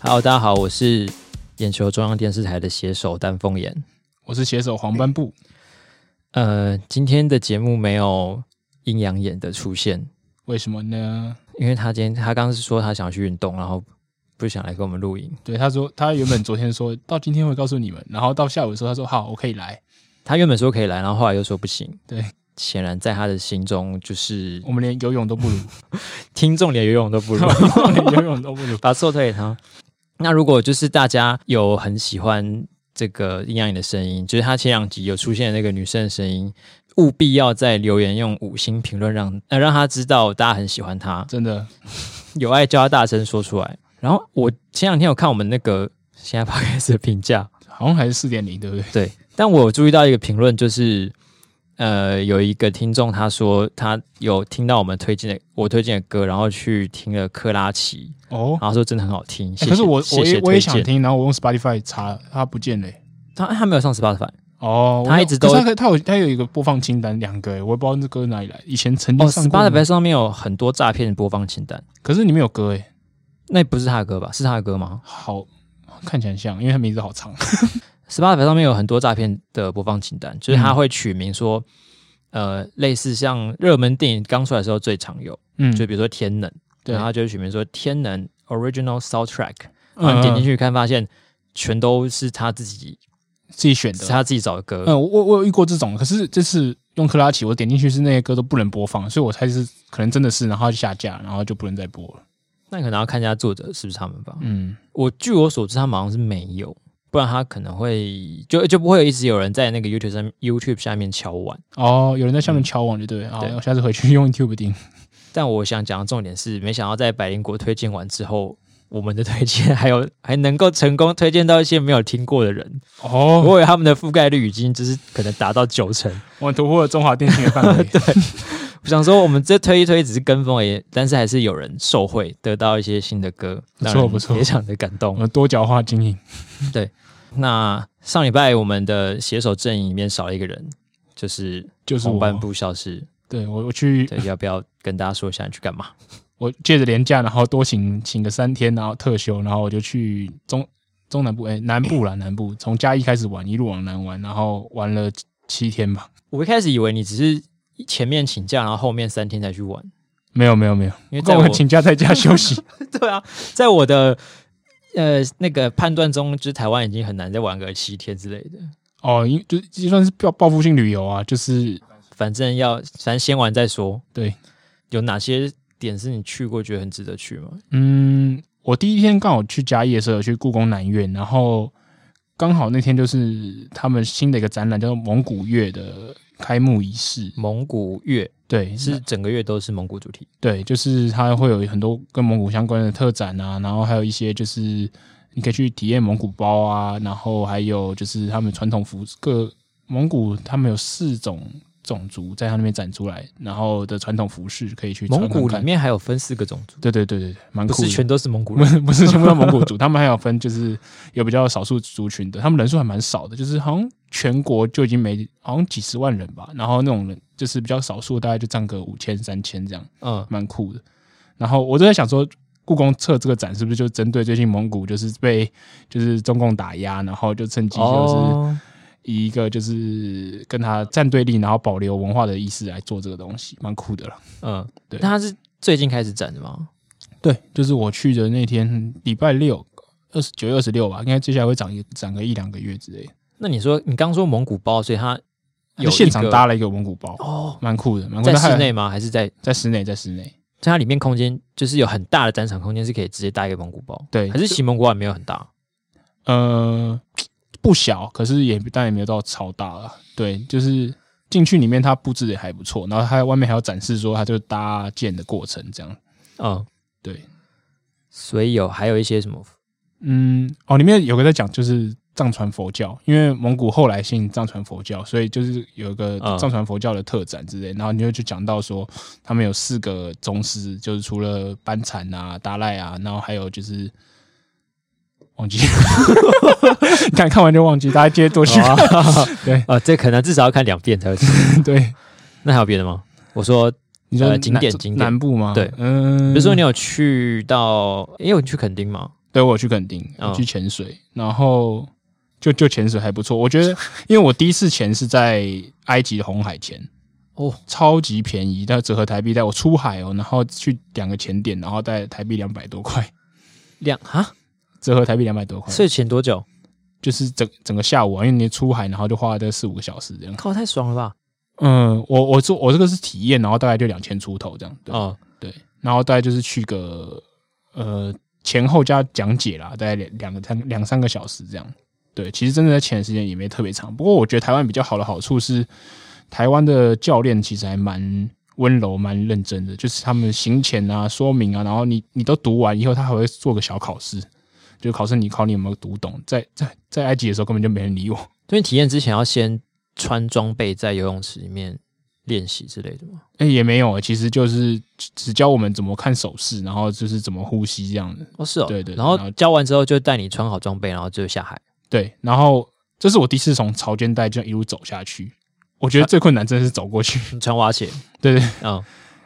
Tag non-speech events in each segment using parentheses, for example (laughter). Hello，大家好，我是眼球中央电视台的写手丹凤眼。我是写手黄斑布。呃，今天的节目没有阴阳眼的出现，为什么呢？因为他今天他刚刚是说他想去运动，然后不想来跟我们录影。对，他说他原本昨天说到今天会告诉你们，然后到下午的时候他说好，我可以来。他原本说可以来，然后后来又说不行。对，显然在他的心中，就是我们连游泳 (laughs) 都不如，听众连游泳都不如。我们连游泳都不如。把错推给他。那如果就是大家有很喜欢这个阴阳眼的声音，就是他前两集有出现那个女生的声音，务必要在留言用五星评论让呃让他知道大家很喜欢他，真的，有爱叫他大声说出来。然后我前两天有看我们那个现在 (laughs) p 开始的评价，好像还是四点零，对不对？对，但我有注意到一个评论，就是呃，有一个听众他说他有听到我们推荐的我推荐的歌，然后去听了克拉奇，哦然，后说真的很好听。欸谢谢可是我谢我谢也我也推想荐听，然后我用 Spotify 查，它不见了欸。他他没有上 Spotify 哦，它我一直都可是它它有它有一个播放清单两个欸，我也不知道那歌哪里来。以前曾哦经上过，Spotify 上面有很多诈骗播放清单，可是里面有歌哎，那不是他的歌吧？是他的歌吗好看起来很像，因为它名字好长。 ？Spotify 上面有很多诈骗的播放清单，就是他嗯会取名说，呃，类似像热门电影刚出来的时候最常有，嗯，就比如说《天能》，对然后他就会取名说《天能 Original Soundtrack》，然后嗯你点进去去看，发现全都是他自己呃自己选的是。他自己找的歌，嗯，我我有遇过这种，可是这次用克拉奇，我点进去是那些歌都不能播放，所以我猜是可能真的是，然后它就下架，然后就不能再播了。那可能要看一下作者是不是他们吧。嗯，我据我所知，他们好像是没有，不然他可能会就就不会一直有人在那个 YouTube 上 YouTube 下面敲碗。哦，有人在下面敲网就对了，好，对我下次回去用 YouTube 听。但我想讲的重点是，没想到在百灵果推荐完之后，我们的推荐还有还能够成功推荐到一些没有听过的人。哦，我以为他们的覆盖率已经就是可能达到九成。我突破了中华电信的范 (laughs) 围。我想说，我们这推一推只是跟风而已，但是还是有人受惠，得到一些新的歌，不错让人不错非常的感我 (laughs) 动。们多角化经营，那上礼拜我们的携手阵营里面少了一个人，就是就是红我。斑部消失。对我，我去，对，要不要跟大家说一下你去干嘛？ (laughs) 我借着廉假，然后多请请个三天，然后特休，然后我就去中中南部，哎、南部啦，南部，从嘉义开始玩，一路往南玩，然后玩了七天吧。我一开始以为你只是前面请假，然后后面三天才去玩，没有没有没有，因为在跟我我请假在家休息。 (laughs) 对啊，在我的呃那个判断中，就是台湾已经很难再玩个七天之类的，哦，因就就算是报报复性旅游啊，就是反正要反正先玩再说。对，有哪些点是你去过觉得很值得去吗？嗯，我第一天刚好去嘉义的时候，有去故宫南院，然后刚好那天就是他们新的一个展览叫做蒙古乐的开幕仪式，蒙古月对，是整个月都是蒙古主题，对，就是它会有很多跟蒙古相关的特展啊，然后还有一些就是你可以去体验蒙古包啊，然后还有就是他们传统服各蒙古他们有四种种族在他那边展出来，然后的传统服饰可以去穿蒙古看里看面还有分四个种族，对对对对，对蛮不酷是的。全都是蒙古 (laughs) 不人。是不是全部都蒙古族，他们还有分，就是 (laughs) 有比较少数族群的，他们人数还蛮少的，就是好像全国就已经没好像几十万人吧，然后那种人就是比较少数，大概就占个五千三千这样， (laughs) 嗯，蛮酷的。然后我就在想说，故宫测这个展是不是就针对最近蒙古就是被就是中共打压，然后就趁机就是哦，以一个就是跟他站对立，然后保留文化的意识来做这个东西，蛮酷的了。嗯，对那它是最近开始展的吗？对，就是我去的那天，礼拜六，二十九、二十六吧，应该接下来会涨一涨个一两个月之类的。那你说你刚说蒙古包，所以它有就现一场个搭了一个蒙古包，哦，蛮酷的，蛮酷在的。室还，内吗？还是在在室内，在室内。在它里面空间就是有很大的展场空间，是可以直接搭一个蒙古包？对还是就骑蒙古包没有很大？呃，不小，可是也但也没有到超大了。对，就是进去里面它布置的还不错，然后它外面还有展示说它就搭建的过程这样。嗯，对，所以有还有一些什么嗯，哦，里面有个在讲就是藏传佛教，因为蒙古后来信藏传佛教，所以就是有一个嗯藏传佛教的特展之类，然后你就去讲到说他们有四个宗师，就是除了班禅啊、达赖啊，然后还有就是 (laughs) 忘记了，你看看完就忘记，大家接着多去看。 (laughs) 对啊，这可能至少要看两遍才会知道。对， (laughs) 那还有别的吗？我说，你说呃南景点景点南部吗？对嗯，比如说你有去到，因为我去垦丁嘛，对我有去垦丁，哦我去潜水，然后就就潜水还不错。我觉得，因为我第一次潜是在埃及的红海潜，哦，超级便宜，但折合台币，带我出海哦，然后去两个潜点，然后带台币两百多块，两啊，折合台币两百多块，所以潜多久？就是整整个下午啊，因为你出海，然后就花了这四五个小时这样。靠，太爽了吧！嗯，我我做我这个是体验，然后大概就两千出头这样。对、哦，对，然后大概就是去个呃前后加讲解啦，大概两两个三两三个小时这样。对，其实真的在潜的时间也没特别长，不过我觉得台湾比较好的好处是，台湾的教练其实还蛮温柔、蛮认真的，就是他们行前啊、说明啊，然后你你都读完以后，他还会做个小考试，就考试你考你有没有读懂。在在在埃及的时候根本就没人理我， (laughs) 所以体验之前要先穿装备在游泳池里面练习之类的吗？哎、也没有，其实就是只只教我们怎么看手势，然后就是怎么呼吸这样子。哦，是哦，对对然然后后教完之后就带你穿好装备，然后就下海。对，然后这是我第一次从潮间带这样一路走下去，我啊觉得最困难真的是走过去。穿蛙鞋，对对，嗯，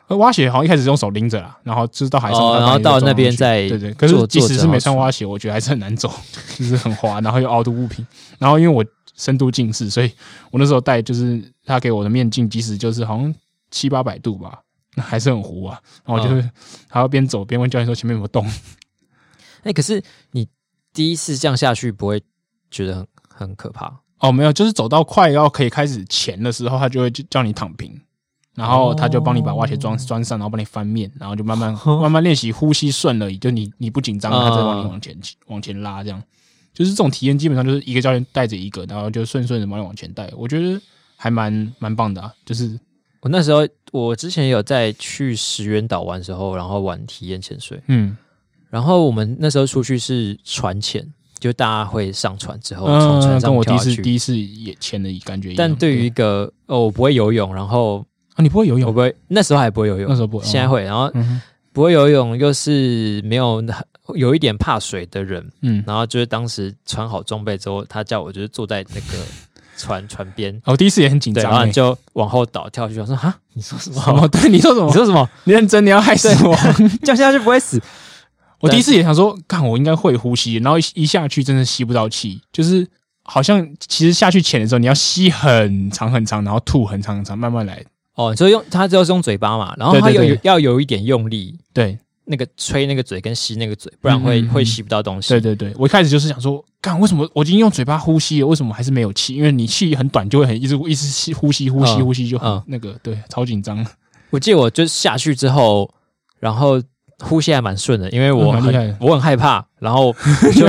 呃蛙鞋好像一开始是用手拎着啦，然后就是到海上，哦然后到那边再再对对。可坐是即使坐是着没穿蛙鞋，我觉得还是很难走， (laughs) 就是很滑，然后又凹凸不平。然后因为我深度近视，所以我那时候戴就是他给我的面镜，即使就是好像七八百度吧，那还是很糊啊。然后我就会还要边走边问教练说前面有没有洞。哎、可是你第一次这样下去，不会觉得很很可怕？哦，没有，就是走到快要可以开始潜的时候，他就会叫你躺平，然后他就帮你把蛙哦鞋装装上，然后帮你翻面，然后就慢慢慢慢练习呼吸顺了，就你你不紧张，他再嗯帮你往前往前拉，这样就是这种体验，基本上就是一个教练带着一个，然后就顺顺的帮你往前带，我觉得还蛮蛮棒的啊，就是我那时候，我之前有在去石原岛玩的时候，然后玩体验潜水，嗯然后我们那时候出去是船潜，就大家会上船之后哦从船嗯，跟上我第跳一下次去。第一次也潜的感觉一样，但对于一个哦，我不会游泳，然后啊，你不会游我泳，不会，那时候还不会游泳，那时候不会，现在哦会，然后嗯哼不会游泳又是没有很有一点怕水的人，嗯，然后就是当时穿好装备之后，他叫我就是坐在那个 (laughs) 船船边，哦我第一次也很紧对，张然后欸，你就往后倒跳下去，我说哈，你说什什么？么？对，你说什么你？说什么？你认真，你要害死我。这样下去不会死？我但第一次也想说，干，我应该会呼吸，然后一一下去真的吸不到气，就是好像其实下去潜的时候，你要吸很长很长，然后吐很长很长，慢慢来。 (laughs) 哦，你说用他就是用嘴巴嘛，然后他对有对有对要有一点用力，对那个吹那个嘴跟吸那个嘴，不然会嗯嗯嗯会吸不到东西。对对对，我一开始就是想说，干，为什么我已经用嘴巴呼吸了，为什么还是没有气？因为你气很短，就会很一直一直吸呼吸呼吸嗯呼吸就嗯很那个，对，超 (laughs) 紧张。我记得我就下去之后，然后呼吸还蛮顺的，因为我嗯蛮厉害很的我很害怕，然后就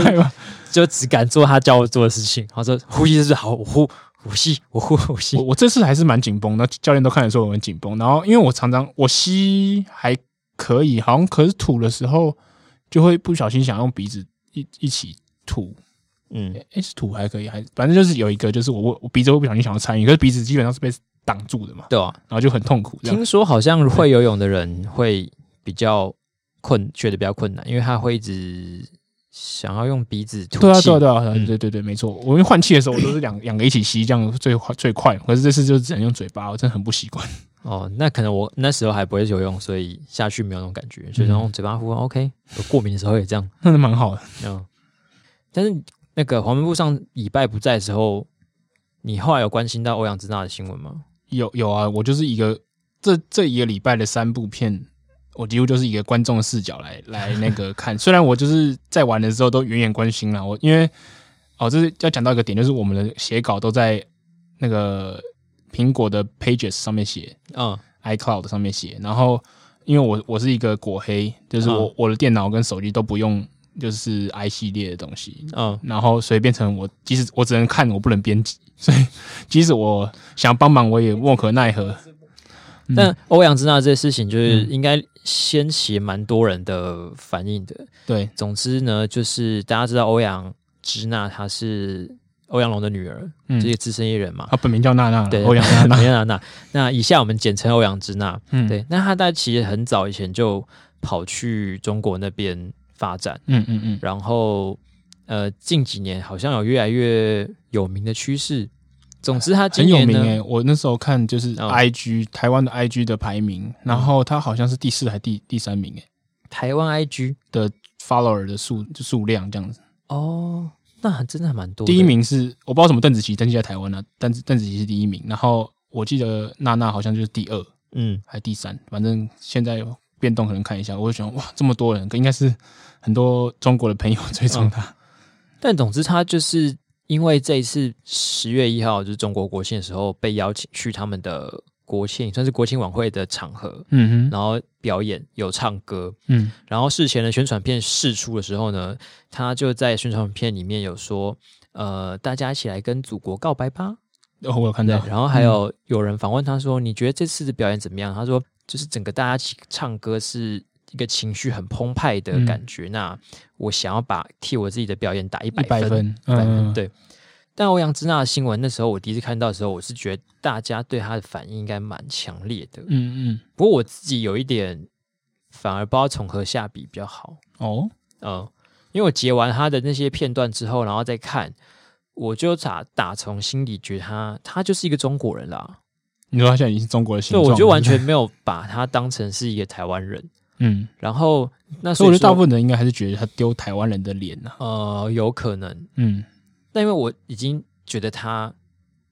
就只敢做他叫我做的事情。他说呼吸就是好，我呼呼吸，我呼呼吸 (laughs) 我。我这次还是蛮紧绷的，教练都看得出我很紧绷。然后因为我常常我吸还可以，好像可是吐的时候就会不小心想用鼻子一一起吐，嗯，诶，是吐还可以，还反正就是有一个，就是我我鼻子会不小心想要参与，可是鼻子基本上是被挡住的嘛，对啊，然后就很痛苦这样。听说好像会游泳的人会比较困，觉得比较困难，因为他会一直想要用鼻子吐气。对啊，对啊，对啊，对嗯啊对对对，没错。我因为换气的时候，我都是两两个一起吸，这样最快最快。可是这次就只能用嘴巴，我真的很不习惯。 (laughs) 哦，那可能我那时候还不会游泳，所以下去没有那种感觉，就是用嘴巴呼。OK，有哦过敏的时候也这样。那是蛮好的。嗯，但是那个黄门部上礼拜不在的时候，你后来有关心到欧阳之娜的新闻吗？有有啊，我就是一个这这一个礼拜的三部片，我几乎就是一个观众的视角来来那个看。虽然我就是在玩的时候都远远关心啦，我因为哦，这是要讲到一个点，就是我们的写稿都在那个苹果的 Pages 上面写嗯， ，iCloud 上面写，然后因为我我是一个果黑，就是我、我的电脑跟手机都不用就是 i 系列的东西，嗯，然后所以变成我，即使我只能看，我不能编辑， (laughs) 所以即使我想帮忙，我也莫可奈何。嗯但欧阳之娜这事情就是应该掀起蛮多人的反应的。对，总之呢，就是大家知道欧阳之娜她是欧阳龙的女儿，嗯这个资深艺人嘛。他本名叫娜娜对，，欧阳 (laughs) 娜娜，欧阳娜娜。那以下我们简称欧阳之娜。嗯，，对，那她在其实很早以前就跑去中国那边发展。嗯嗯嗯，然后呃，近几年好像有越来越有名的趋势。总之，他今很有年名欸呢，诶、我那时候看就是哦 IG、台湾的 IG 的排名，然后他好像是第四还第第三名诶、台湾 IG 欸的 follower 的数就数量这样子。哦，那还真的还蛮多的。第一名是我不知道什么邓紫棋，但是在台湾呢、啊，但是邓紫棋是第一名，然后我记得娜娜好像就是第二嗯，还第三，反正现在变动可能看一下，我就想哇，这么多人，应该是很多中国的朋友 (laughs) 追踪他。但总之他就是因为这一次十月一号就是中国国庆的时候被邀请去他们的国庆，算是国庆晚会的场合，嗯哼，然后表演有唱歌，嗯然后事前的宣传片试出的时候呢，他就在宣传片里面有说，呃，大家一起来跟祖国告白吧。哦，我有看嗯对到，，然后还有有人访问他说，你觉得这次的表演怎么样？他说，就是整个大家一起唱歌是一个情绪很澎湃的感觉。那我想要把替我自己的表演打一百一百分分，百分嗯，对。但欧阳之娜的新闻，那时候我第一次看到的时候，我是觉得大家对她的反应应该蛮强烈的。嗯嗯，不过我自己有一点反而不知道从何下笔比较好。哦，嗯，因为我截完他的那些片段之后，然后再看，我就打打从心里觉得他他就是一个中国人啦，你说他现在已经是中国的形所以状，我就完对 (laughs) 全没有把他当成是一个台湾人。不对，嗯，然后那所所以以我觉得大部说分人应该还是觉得他丢台湾人的脸呐、呃有可能，嗯但因为我已经觉得他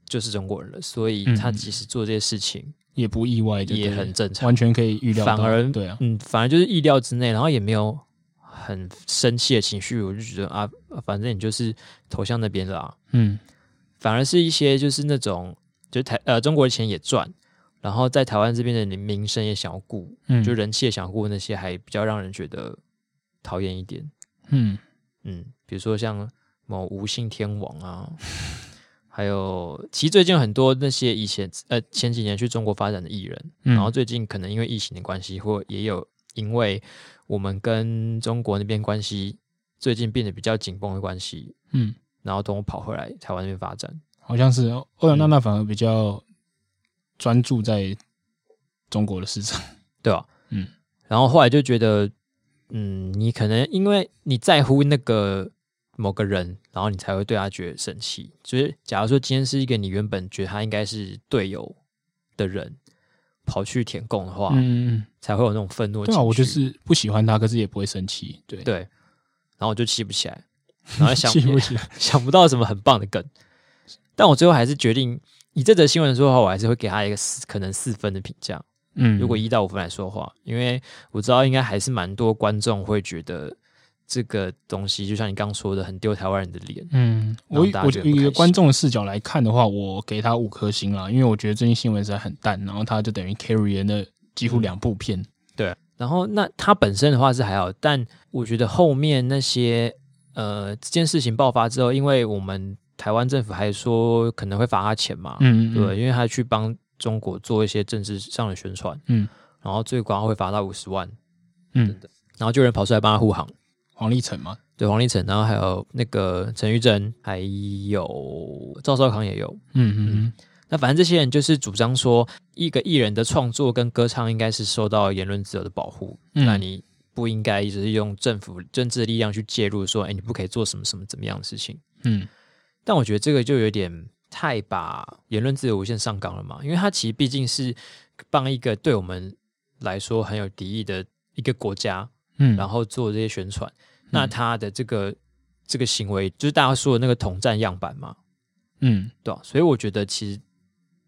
就是中国人了，所以嗯他即使做这些事情，也不意外，就对也了很正常完全可以预料到。反而对啊，嗯，反而就是意料之内，然后也没有很生气的情绪，我就觉得啊，反正你就是投向那边了啊。嗯反而是一些就是那种，就是台呃中国的钱也赚，然后在台湾这边的名声也想要顾，嗯，就人气也想要顾，那些还比较让人觉得讨厌一点。嗯嗯，比如说像某吴姓天王啊，还有其实最近有很多那些以前呃前几年去中国发展的艺人，嗯，然后最近可能因为疫情的关系，或也有因为我们跟中国那边关系最近变得比较紧绷的关系，嗯，然后都跑回来台湾那边发展。好像是欧阳娜娜反而比较专注在中国的市场。对啊，嗯，然后后来就觉得，嗯，你可能因为你在乎那个某个人，然后你才会对他觉得生气。就是假如说今天是一个你原本觉得他应该是队友的人，跑去舔供的话，嗯嗯嗯，才会有那种愤怒的对情啊，绪。我就是不喜欢他，可是也不会生气。对，对，然后我就气不起来， (laughs) 然后想气 (laughs) 不起来。想不到什么很棒的梗，但我最后还是决定。以这则新闻说的话，我还是会给他一个四可能四分的评价。嗯，如果一到五分来说的话，因为我知道应该还是蛮多观众会觉得这个东西，就像你刚说的，很丢台湾人的脸。嗯，我让大家我觉得不以一开个心观众的视角来看的话，我给他五颗星啦，因为我觉得最近新闻实在很淡，然后他就等于 carry 了那几嗯乎两部片。对，然后那他本身的话是还好，但我觉得后面那些呃这件事情爆发之后，因为我们台湾政府还说可能会罚他钱嘛，嗯嗯，嗯，对，因为他去帮中国做一些政治上的宣传，嗯，然后最高会罚到五十万，嗯，然后就有人跑出来帮他护航。黄立成嘛，对黄立成，然后还有那个陈玉珍，还有赵少康也有，嗯嗯那反正这些人就是主张说，一个艺人的创作跟歌唱应该是受到言论自由的保护，嗯，那你不应该只是用政府政治力量去介入，说，哎，你不可以做什么什么怎么样的事情。嗯但我觉得这个就有点太把言论自由无限上纲了嘛，因为它其实毕竟是帮一个对我们来说很有敌意的一个国家，嗯，然后做这些宣传，那他的这个这个行为就是大家说的那个统战样板嘛，嗯对吧、所以我觉得其实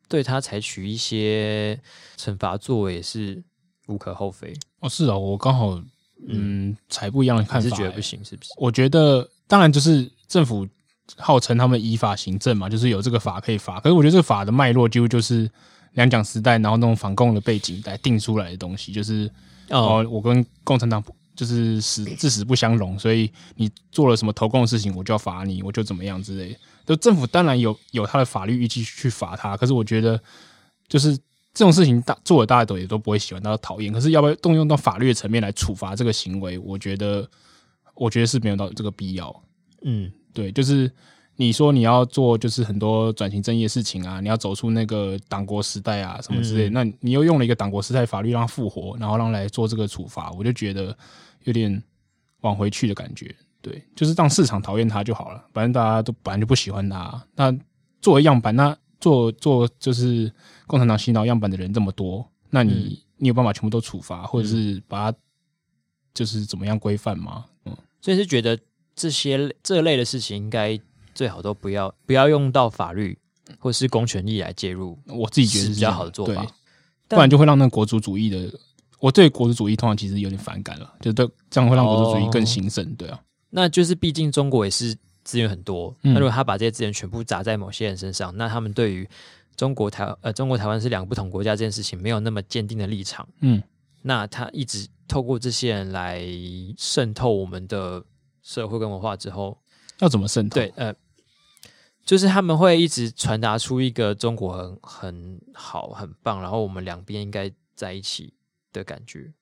对他采取一些惩罚作为也是无可厚非。哦是哦，我刚好嗯才不一样的看你法、是觉得欸不行是不是？我觉得当然就是政府号称他们依法行政嘛，就是有这个法可以罚。可是我觉得这个法的脉络几乎就是两蒋时代，然后那种反共的背景来定出来的东西，就是哦，哦，我跟共产党不就是死至死不相容，所以你做了什么投共的事情，我就要罚你，我就怎么样之类的。就政府当然有有他的法律依据去罚他，可是我觉得就是这种事情大做了大家都也都不会喜欢，大家都讨厌。可是要不要动用到法律的层面来处罚这个行为，我觉得我觉得是没有到这个必要。嗯对，就是你说你要做就是很多转型正义的事情啊，你要走出那个党国时代啊什么之类嗯的，那你又用了一个党国时代法律让它复活，然后让来做这个处罚，我就觉得有点往回去的感觉。对，就是让市场讨厌他就好了，反正大家都本来就不喜欢他。那作为样板，那做做就是共产党嗯洗脑样板的人这么多，那你、你有办法全部都处罚，或者是把他就是怎么样规范吗？嗯，所以是觉得这些这类的事情，应该最好都不要不要用到法律或是公权力来介入，我自己觉得是是比这较样好的做对法。不然就会让那个国族主义的，我对国族主义通常其实有点反感了，就对这样会让国族主义更兴盛，对啊，那就是毕竟中国也是资源很多，嗯那如果他把这些资源全部砸在某些人身上，那他们对于中国台呃中国台湾是两个不同国家这件事情没有那么坚定的立场，嗯，那他一直透过这些人来渗透我们的社会跟文化之后，要怎么渗透？对，呃，就是他们会一直传达出一个中国很很好很棒，然后我们两边应该在一起的感觉。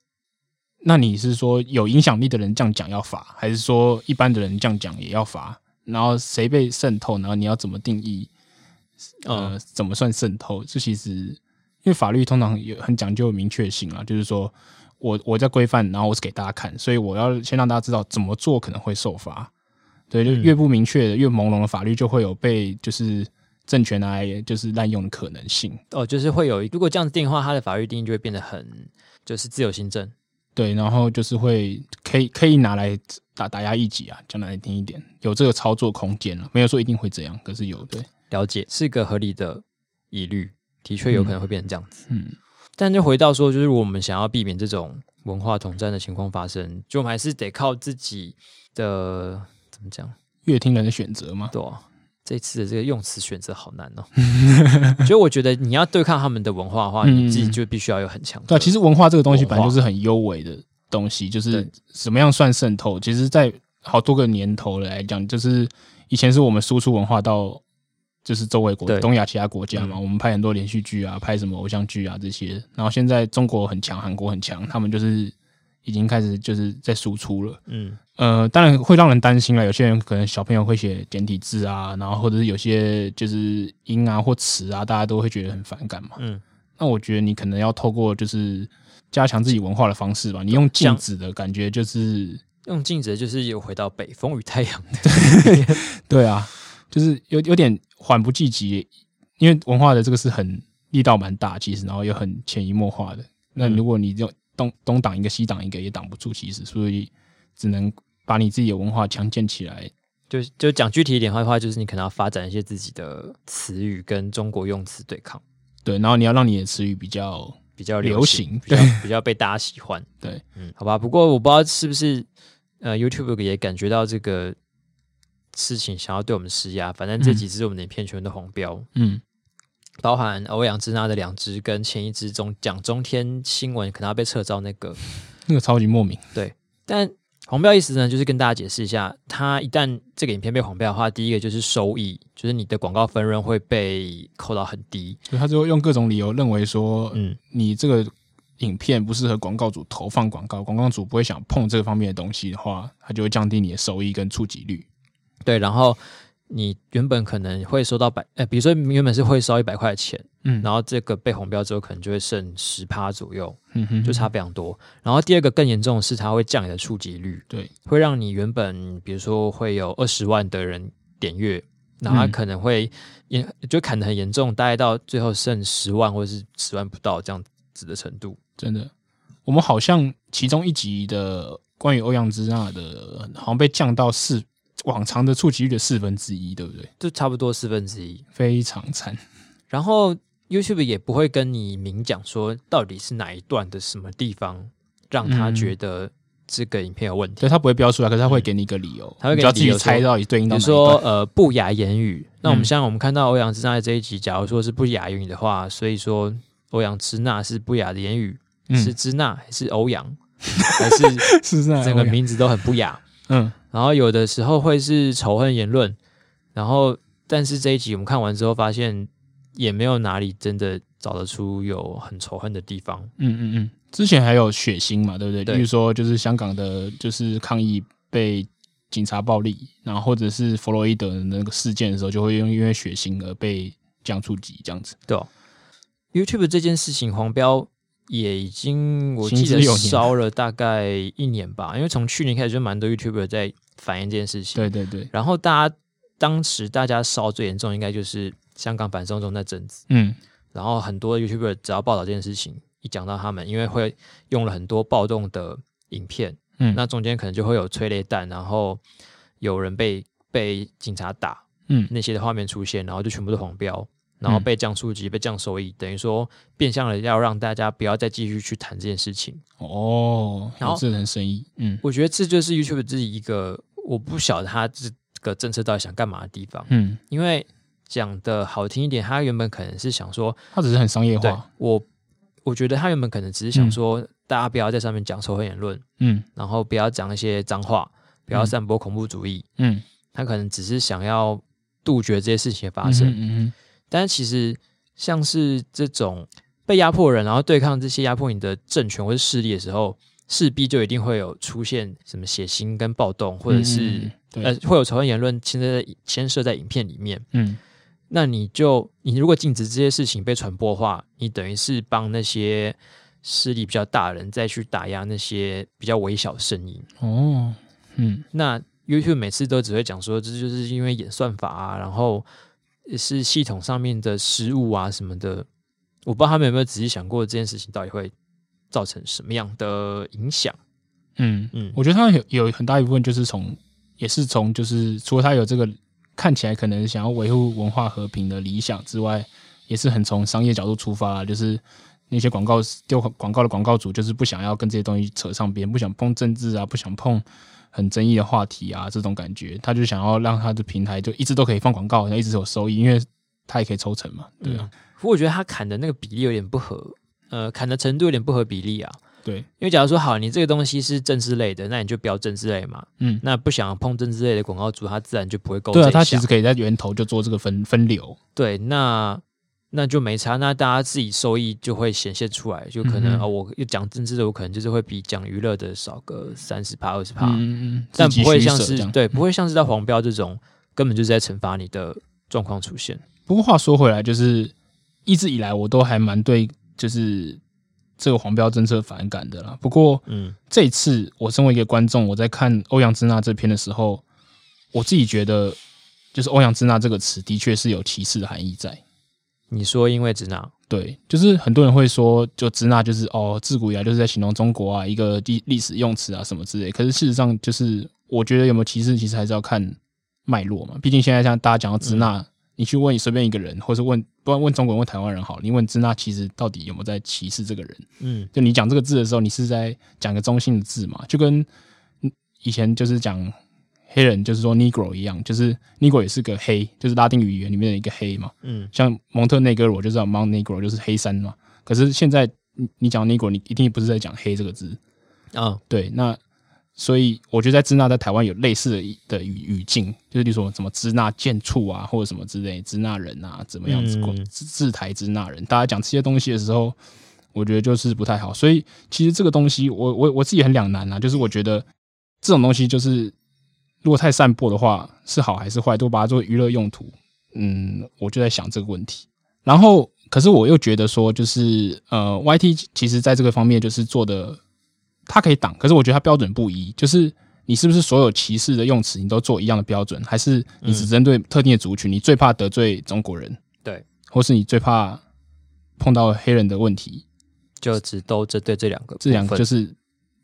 那你是说有影响力的人这样讲要罚，还是说一般的人这样讲也要罚？然后谁被渗透？然后你要怎么定义？呃，怎么算渗透？这其实因为法律通常有很讲究明确性啊，就是说我我在规范，然后我是给大家看，所以我要先让大家知道怎么做可能会受罚。对，就越不明确的、越朦胧的法律，就会有被就是政权来就是滥用的可能性。哦，就是会有一，如果这样子定的话，它的法律定义就会变得很就是自由行政。对，然后就是会可以可以拿来打打压异己啊，讲难听一点，有这个操作空间了、没有说一定会这样，可是有对，了解是个合理的疑虑，的确有可能会变成这样子。嗯，但就回到说，就是我们想要避免这种文化统战的情况发生，就我们还是得靠自己的怎么讲？乐听人的选择嘛，对、啊，这次的这个用词选择好难哦。 (laughs) 所以我觉得你要对抗他们的文化的话，嗯你自己就必须要有很强的。对啊、其实文化这个东西文化本来就是很优美的东西，就是对什么样算渗透？其实，在好多个年头来讲，就是以前是我们输出文化到就是周围国对嗯东亚其他国家嘛，我们拍很多连续剧啊，拍什么偶像剧啊这些，然后现在中国很强，韩国很强，他们就是已经开始就是在输出了。嗯，呃，当然会让人担心了。有些人可能小朋友会写简体字啊，然后或者是有些就是音啊或词啊，大家都会觉得很反感嘛。嗯，那我觉得你可能要透过就是加强自己文化的方式吧。你用禁止的感觉就是，用镜子就是有回到北风与太阳 (laughs) 的对啊，就是有有点缓不济急，因为文化的这个是很力道蛮大，其实然后又很潜移默化的。那嗯如果你就东东挡一个西挡一个也挡不住，其实所以只能把你自己的文化强健起来。就就讲具体一点的话，就是你可能要发展一些自己的词语跟中国用词对抗，对，然后你要让你的词语比较比较行，流行比较 (laughs) 比较被大家喜欢。对，嗯，好吧。不过我不知道是不是呃，YouTube 也感觉到这个事情想要对我们施压，反正这几支我们的影片全部都红标，嗯，包含欧阳之那的两支跟前一支中讲中天新闻可能要被撤照那个，那个超级莫名。但黄标意思呢，就是跟大家解释一下，它一旦这个影片被黄标的话，第一个就是收益，就是你的广告分润会被扣到很低。所以他就用各种理由认为说，嗯，你这个影片不适合广告主投放广告，广告主不会想碰这方面的东西的话，他就会降低你的收益跟触及率。对。然后你原本可能会收到百，呃，比如说原本是会收一百块钱，嗯然后这个被红标之后，可能就会剩十趴左右，嗯哼就差非常多。然后第二个更严重的是，它会降你的触及率，对，会让你原本比如说会有二十万的人点阅，然嗯后它可能会严就砍得很严重，大概到最后剩十万或者是十万不到这样子的程度。真的，我们好像其中一集的关于欧阳之娜的，好像被降到四往常的触及率的四分之一，对不对？就差不多四分之一，非常惨。然后 YouTube 也不会跟你明讲说到底是哪一段的什么地方让他觉得这个影片有问题。嗯对，他不会标出来，可是嗯他会给你一个理由，他会给你你就要自理己由猜说到底对应比到如哪一说段，呃不雅言语，那我们嗯像我们看到欧阳之娜在这一集，假如说是不雅言语的话，所以说欧阳之娜是不雅的言语，嗯是支那还是欧阳，还 (laughs) 是是这样整个名字都很不雅。嗯，然后有的时候会是仇恨言论，然后但是这一集我们看完之后发现，也没有哪里真的找得出有很仇恨的地方。嗯嗯嗯，之前还有血腥嘛，对不对？对例如说，就是香港的，就是抗议被警察暴力，然后或者是弗洛伊德的那个事件的时候，就会因为血腥而被降触及这样子。对、哦、，YouTube 这件事情黄标也已经我行记之得有年烧了大概一年吧，因为从去年开始就蛮多 YouTuber 在反映这件事情。对对对，然后大家当时大家烧最严重应该就是香港反送中那阵子，嗯，然后很多 YouTuber 只要报道这件事情，一讲到他们，因为会用了很多暴动的影片，嗯那中间可能就会有催泪弹，然后有人被被警察打嗯那些的画面出现，然后就全部都黄标，然后被降数级、被降收益，等于说变相的要让大家不要再继续去谈这件事情。哦，然后有这人生意，嗯我觉得这就是 YouTube 自己一个我不晓得他这个政策到底想干嘛的地方，嗯，因为讲的好听一点，他原本可能是想说他只是很商业对化，我，我觉得他原本可能只是想说，大家不要在上面讲仇恨言论，嗯然后不要讲一些脏话，不要散播恐怖主义。嗯，他可能只是想要杜绝这些事情的发生。嗯哼嗯但其实像是这种被压迫的人，然后对抗这些压迫你的政权或是势力的时候，势必就一定会有出现什么血腥跟暴动，哼，或者嗯是嗯、嗯对，呃会有仇恨言论牵涉在牵涉在影片里面。嗯那你就你如果禁止这些事情被传播的话，你等于是帮那些势力比较大的人再去打压那些比较微小的声音。哦，嗯那 YouTube 每次都只会讲说，这就是因为演算法啊，然后是系统上面的失误啊什么的。我不知道他们有没有仔细想过这件事情到底会造成什么样的影响。嗯，嗯，我觉得他有有很大一部分就是从，也是从就是除了他有这个看起来可能想要维护文化和平的理想之外，也是很从商业角度出发啦，就是那些广告丢广告的广告主，就是不想要跟这些东西扯上边，不想碰政治啊，不想碰很争议的话题啊，这种感觉，他就想要让他的平台就一直都可以放广告，然后一直有收益，因为他也可以抽成嘛，对啊，不过我觉得他砍的那个比例有点不合，呃，砍的程度有点不合比例啊。对，因为假如说好，你这个东西是政治类的，那你就标政治类嘛。嗯那不想碰政治类的广告主，他自然就不会购对这啊，一他其项实可以在源头就做这个分分流，对，那那就没差，那大家自己收益就会显现出来，就可能嗯哼哦，我讲政治的，我可能就是会比讲娱乐的少个三十趴、二十趴，嗯嗯，但自己不会取像舍这是样嗯对，不会像是在黄标这种根本就是在惩罚你的状况出现。不过话说回来，就是一直以来我都还蛮对就是这个黄标政策反感的啦。不过嗯这一次我身为一个观众，我在看欧阳之娜这篇的时候，我自己觉得就是欧阳之娜这个词的确是有歧视的含义在。你说因为直男，对，就是很多人会说，就支那就是哦，自古以来就是在形容中国啊一个历历史用词啊什么之类。可是事实上，就是我觉得有没有歧视，其实还是要看脉络嘛。毕竟现在像大家讲到支那，你去问你随便一个人，或是问不然问中国人、问台湾人好，你问支那其实到底有没有在歧视这个人？嗯就你讲这个字的时候，你是在讲一个中性的字嘛？就跟嗯以前就是讲黑人，就是说 Negro 一样，就是 Negro 也是个黑，就是拉丁语言里面的一个黑嘛。嗯，像蒙特内哥罗就是 Mount Negro，就是黑山嘛。可是现在你你讲 Negro，你一定不是在讲黑这个字，啊、对？那所以我觉得在支那在台湾有类似的一的语语境，就是例如说什么支那贱畜啊，或者什么之类，支那人啊，怎么样子嗯，自自台支那人，大家讲这些东西的时候，我觉得就是不太好。所以其实这个东西，我我我自己很两难啊，就是我觉得这种东西就是如果太散播的话，是好还是坏，都把它作为娱乐用途。嗯，我就在想这个问题。然后，可是我又觉得说，就是呃，YT 其实在这个方面就是做的，它可以挡，可是我觉得它标准不一，就是你是不是所有歧视的用词你都做一样的标准，还是你嗯只针对特定的族群？你最怕得罪中国人，对，或是你最怕碰到黑人的问题，就只都这对这两个部分，这两个就是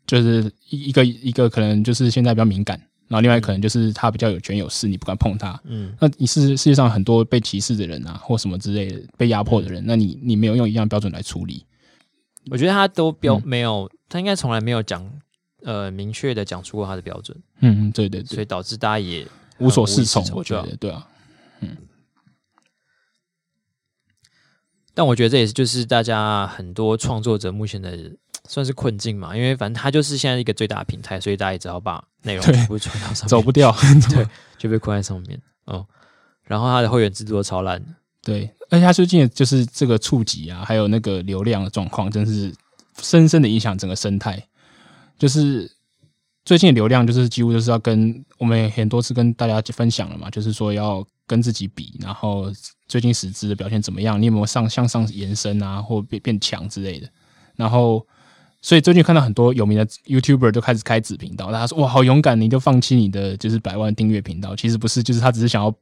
就是一一个一个可能就是现在比较敏感，然后另外可能就是他比较有权有势，你不敢碰他。嗯那你世世界上很多被歧视的人啊，或什么之类的被压迫的嗯人，那你你没有用一样标准来处理，我觉得他都标、嗯没有，他应该从来没有讲呃明确的讲出过他的标准，嗯，对对所对，以导致大家也无所适从无所适，从我觉得对啊，但我觉得这也是就是大家很多创作者目前的算是困境嘛，因为反正它就是现在一个最大的平台，所以大家也只好把内容对全部传到上面，啊走不掉，就被困在上面哦。然后它的会员制度都超烂的，对，而且他最近的就是这个触及啊，还有那个流量的状况，真是深深的影响整个生态。就是最近的流量，就是几乎就是要跟我们也很多次跟大家分享了嘛，就是说要跟自己比，然后最近实质的表现怎么样，你有没有上向上延伸啊，或变变强之类的。然后，所以最近看到很多有名的 YouTuber 就开始开子频道，大家说哇，好勇敢，你就放弃你的就是百万订阅频道。其实不是，就是他只是想要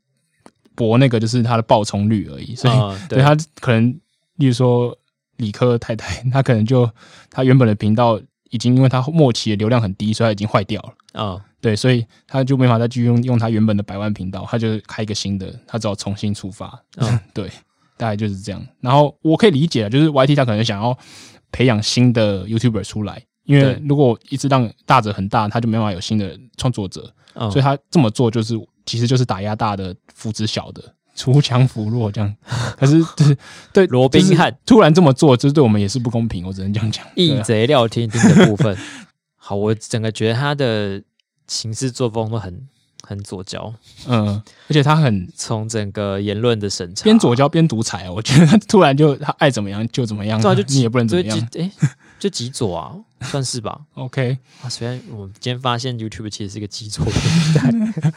博那个就是他的爆冲率而已，所以嗯对他可能，例如说理科太太，他可能就他原本的频道已经因为它末期的流量很低，所以它已经坏掉了。哦，对，所以他就没法再继续用用他原本的百万频道，他就开一个新的，他只好重新出发。嗯 (laughs) 对，大概就是这样。然后我可以理解，就是 YT 他可能想要培养新的 YouTuber 出来，因为对如果一直让大者很大，他就没办法有新的创作者，哦所以他这么做就是其实就是打压大的，扶持小的。 (laughs) 锄强扶弱这样， (laughs) 可是就是对罗宾汉就是突然这么做，就是对我们也是不公平，我只能这样讲。对义啊贼廖天丁的部分。好，我整个觉得他的行事作风都很很左交，嗯，而且他很从整个言论的审查边左交边独裁哦，我觉得他突然就他爱怎么样就怎么样，对啊，就 (laughs) 你也不能怎么就样。极诶，就极左啊，算是吧。 OK，啊，虽然我们今天发现 YouTube 其实是一个极左的平台，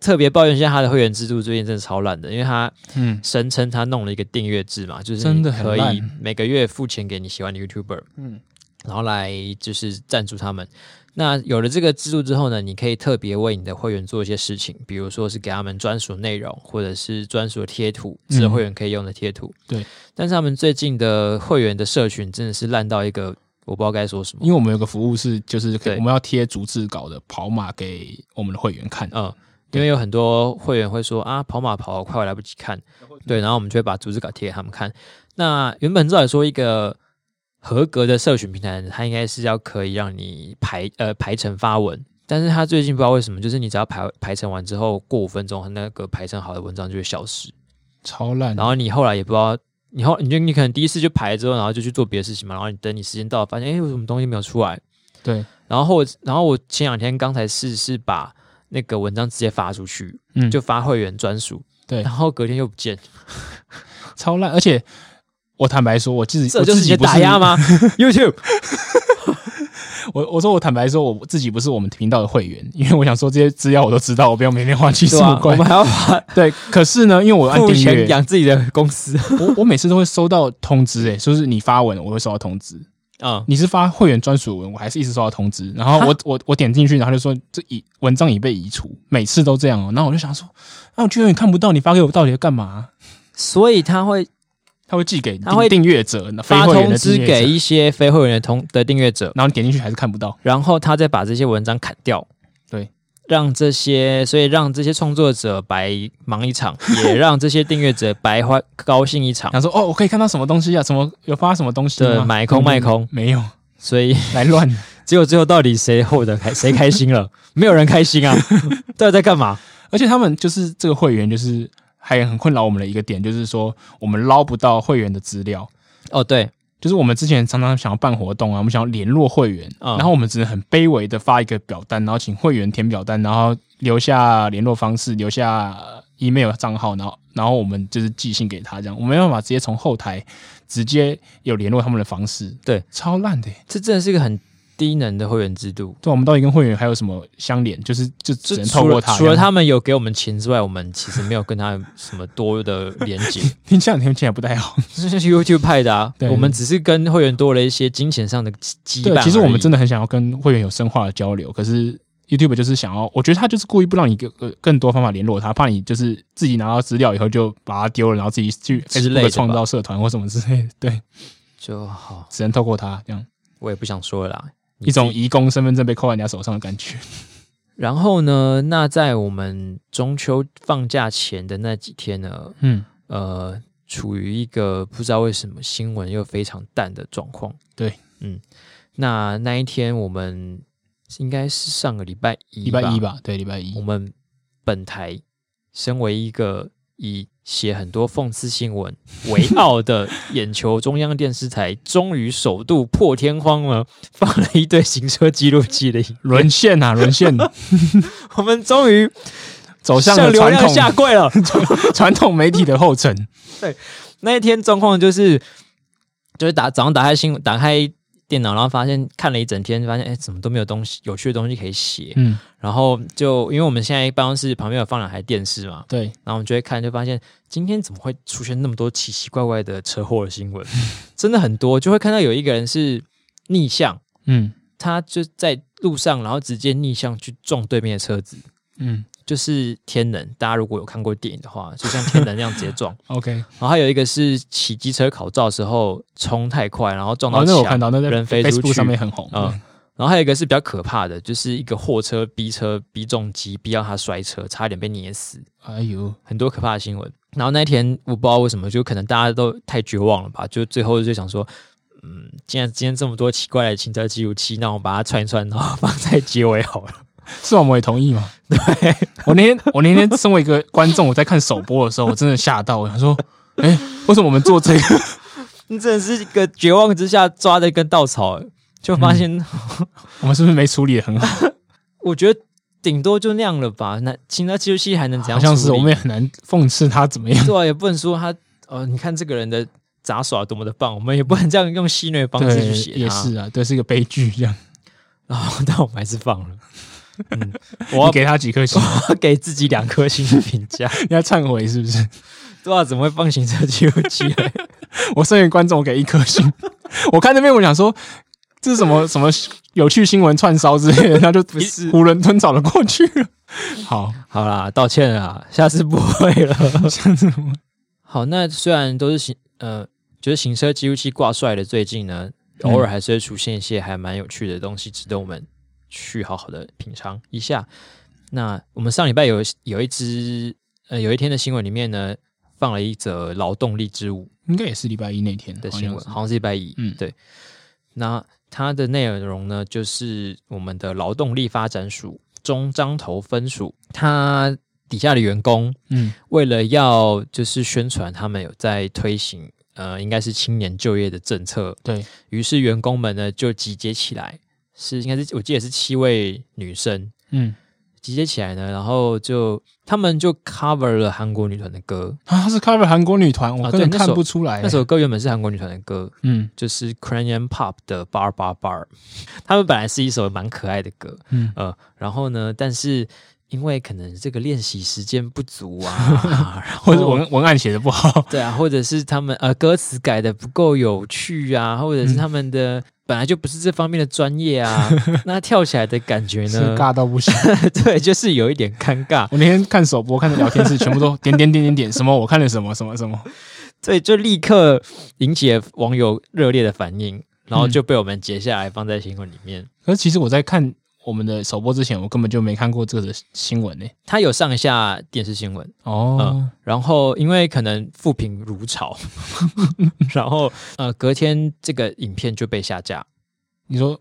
特别抱怨一下它的会员制度最近真的超烂的，因为它嗯声称它弄了一个订阅制嘛，就是真你的很可以烂每个月付钱给你喜欢的 YouTuber，嗯然后来就是赞助他们。那有了这个制度之后呢，你可以特别为你的会员做一些事情，比如说是给他们专属内容，或者是专属的贴图，只有嗯会员可以用的贴图。对，但是他们最近的会员的社群真的是烂到一个我不知道该说什么因。为我们有个服务是，就是可以对我们要贴逐字稿的跑马给我们的会员看。嗯，因为有很多会员会说啊，跑马跑得快，我来不及看。对，然后我们就会把逐字稿贴给他们看。那原本照理说，一个合格的社群平台，它应该是要可以让你排呃排成发文，但是它最近不知道为什么，就是你只要排排成完之后，过五分钟，它那个排成好的文章就会消失。超烂，然后你后来也不知道，你后你就你可能第一次就排了之后，然后就去做别的事情嘛，然后你等你时间到了，发现哎，诶为什么东西没有出来？对，然后我然后我前两天刚才试试把那个文章直接发出去，嗯，就就发会员专属，对然后隔天又不见，超烂。而且我坦白说，我自己这就是我自你己的不打压？吗 (laughs) ？YouTube 我我说我坦白说，我自己不是我们频道的会员，因为我想说这些资料我都知道，我不要每天花七十对啊五吧？我块们。还要把对，可是呢，因为我按付订阅钱，养自己的公司，我我每次都会收到通知、欸，诶，就是你发文，我会收到通知。嗯，你是发会员专属文，我还是一直收到通知，然后我我我点进去，然后就说这已文章已被移除，每次都这样哦、然后我就想说，啊，我居然也看不到你发给我到底在干嘛、所以他会他会寄给他会订订阅者，非发会员通的订知阅者给，一些非会员的同的订阅者，然后你点进去还是看不到。然后他再把这些文章砍掉，对，让这些所以让这些创作者白忙一场，也让这些订阅者白花高兴一 (laughs) 场，然后说哦，我可以看到什么东西啊？什么有发什么东西对吗？嗯买空卖空没有，所以 (laughs) 来乱的。结果最后到底谁获得开 (laughs) 谁开心了？没有人开心 (laughs) 啊，到底在干嘛？而且他们就是这个会员，就是还很困扰我们的一个点，就是说我们捞不到会员的资料。哦，对，就是我们之前常常想要办活动啊，我们想要联络会员，嗯然后我们只能很卑微的发一个表单，然后请会员填表单，然后留下联络方式，留下呃 email 账号，然后然后我们就是寄信给他这样，我们没办法直接从后台直接有联络他们的方式，对，超烂的欸、这真的是一个很低能的会员制度。对，我们到底跟会员还有什么相连？就是就只能透除过了他除了 (laughs) 这样，他们有给我们钱之外，我们其实没有跟他有什么多的连 (laughs) 接，听这两天听起来不太好。这是 YouTube 派的啊。对我们只是跟会员多了一些金钱上的羁绊对而，已。其实我们真的很想要跟会员有深化的交流，可是 YouTube 就是想要，我觉得他就是故意不让你更呃更多方法联络他，怕你就是自己拿到资料以后就把它丢了，然后自己去之类的 Facebook 创造社团或什么之类的，对，就好，只能透过他这样我也不想说了啦。你一种自己移工身份证被扣在人家手上的 (laughs) 感觉。然后呢？那在我们中秋放假前的那几天呢，嗯，呃，处于一个不知道为什么新闻又非常淡的状况。对，嗯，那那一天我们应该是上个礼拜一，礼拜一，吧，对，礼拜一我，们本台身为一个以写很多讽刺新闻为傲的眼球中央电视台，终于首度破天荒了放了一堆行车记录器的影，沦陷啊，(laughs) 沦陷，我们终于走向向了流传量下 (laughs) 统跪了。传统媒体的 (laughs) 后尘。那一天状况就是，就是打早上打开新闻，打开电脑，然后发现看了一整天，发现哎、怎么都没有东西有趣的东西可以写。嗯，然后就因为我们现在办公室旁边有放两台电视嘛，对，然后我们就会看，就发现今天怎么会出现那么多奇奇怪怪的车祸的新闻？真的很多，就会看到有一个人是逆向，嗯他就在路上，然后直接逆向去撞对面的车子。嗯，就是天能，大家如果有看过电影的话，就像天能那样直接撞。 OK，然后还有一个是骑机车考照的时候冲太快，然后撞到，哦那我墙，看到，那在人飞出 Facebook 去上面很红。嗯然后还有一个是比较可怕的，就是一个货车逼车逼重机，逼到他摔车，差一点被碾死，哎呦，很多可怕的新闻。然后那一天我不知道为什么，就可能大家都太绝望了吧，就最后就想说，嗯，既然今天这么多奇怪的行车记录器，那我把它串一串，然后放在 (laughs) 结尾好了。是我们也同意嘛？ (laughs) 对，我那天我那天身为一个观众，我在看首播的时候，我真的吓到，我想 (laughs) 说，哎、为什么我们做这个？你真的是一个绝望之下抓的一根稻草，就发现、我们是不是没处理的很 (laughs) 好？我觉得顶多就那样了吧。那行车记录器还能怎好样？像是我们也很难讽刺他怎么样。对啊，也不能说他呃，你看这个人的杂耍多么的棒，我们也不能这样用戏谑的方式对去，写他。也是啊，对，是一个悲剧这样。然后 (laughs) 但我们还是放了。嗯， (laughs) 我你要给他几颗星，我要给自己两颗星的评价。 (laughs) 你要忏悔是不是？对啊，怎么会放行车记录器？ (laughs) (laughs) 我身为观众，我给一颗星。 (laughs) 我看那边，我想说这是什么什么有趣新闻串烧之类 (laughs) 的，那就不是囫囵吞枣的过去 (laughs) 了。好，好啦，道歉啦，下次不会了。像这种好，那虽然都是行呃，就是行车记录器挂帅的，最近呢，嗯偶尔还是会出现一些还蛮有趣的东西，值得我们去好好的品尝一下。那我们上礼拜有有一支呃有一天的新闻里面呢，放了一则劳动力之舞应该也是礼拜一那天的好新像闻，是好像是礼拜一，嗯对。那它的内容呢，就是我们的劳动力发展署中彰投分署，它底下的员工嗯为了要就是宣传他们有在推行呃，应该是青年就业的政策，对，于是员工们呢就集结起来，是应该是我记得是七位女生嗯集结起来呢，然后就他们就 cover 了韩国女团的歌，啊，他是 cover 韩国女团，我啊根对本那首看不出来、那首歌原本是韩国女团的歌，嗯就是 Korean Pop 的 Bar Bar Bar，他们本来是一首蛮可爱的歌，嗯，呃，然后呢，但是因为可能这个练习时间不足 (laughs) 啊，然后或者文文案写的不好，对啊，或者是他们呃歌词改的不够有趣啊，或嗯者是他们的、本来就不是这方面的专业啊， (laughs) 那跳起来的感觉 (laughs) 是啊呢？尬到不 (laughs) 行。 (laughs) 对，就是有一点尴尬，我那天看首播，看的聊天室全部都点点点点点什么，我看了什么什么什么，所以就立刻引起了网友热烈的反嗯应，然后就被我们截下来放在新闻里面。可是其实我在看我们的首播之前，我根本就没看过这个新闻呢、它有上下电视新闻，哦，然后因为可能负评如潮， (laughs) 然后呃隔天这个影片就被下架，你说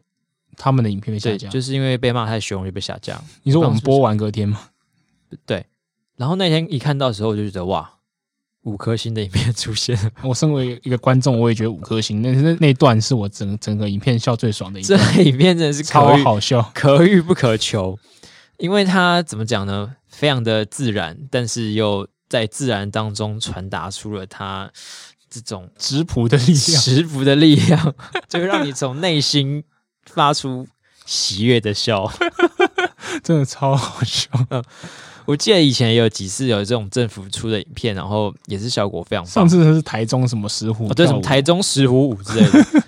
他们的影片被下对，架，就是因为被骂太凶就被下架。你说我们播完隔天吗？然后那天一看到的时候，我就觉得哇，五颗星的影片出现 (laughs) 了，我身为一个观众，我也觉得五颗星。那那那段是我整整个影片笑最爽的一这段，影片真的是可超遇好笑。可遇不可求，因为它怎么讲呢？非常的自然，但是又在自然当中传达出了它这种直朴的力量，十足的力 (laughs) 量，就会让你从内心发出喜悦的笑。真的超好笑。我记得以前也有几次有这种政府出的影片，然后也是效果非常棒上。次是台中什么石虎，哦，对，什么跳舞台中石虎舞之类 (laughs) 的。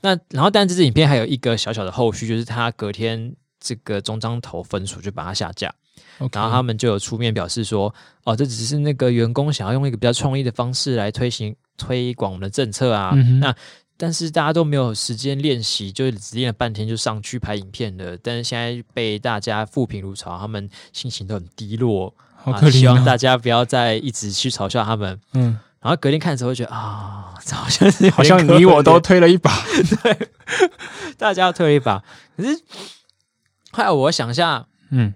那然后，但这支影片还有一个小小的后续，就是他隔天这个中彰投分署就把它下架， ，OK，然后他们就有出面表示说，哦，这只是那个员工想要用一个比较创意的方式来推行推广我们的政策啊。嗯哼那但是大家都没有时间练习，就只练了半天就上去拍影片了。但是现在被大家负评如潮，他们心情都很低落，好可啊、希怜望啊。大家不要再一直去嘲笑他们。嗯，然后隔天看的时候就觉得啊，这好像是有点好像你我都可推了一把。怜 (laughs) 大家推了一把，可是后来我想一下， (laughs) 嗯，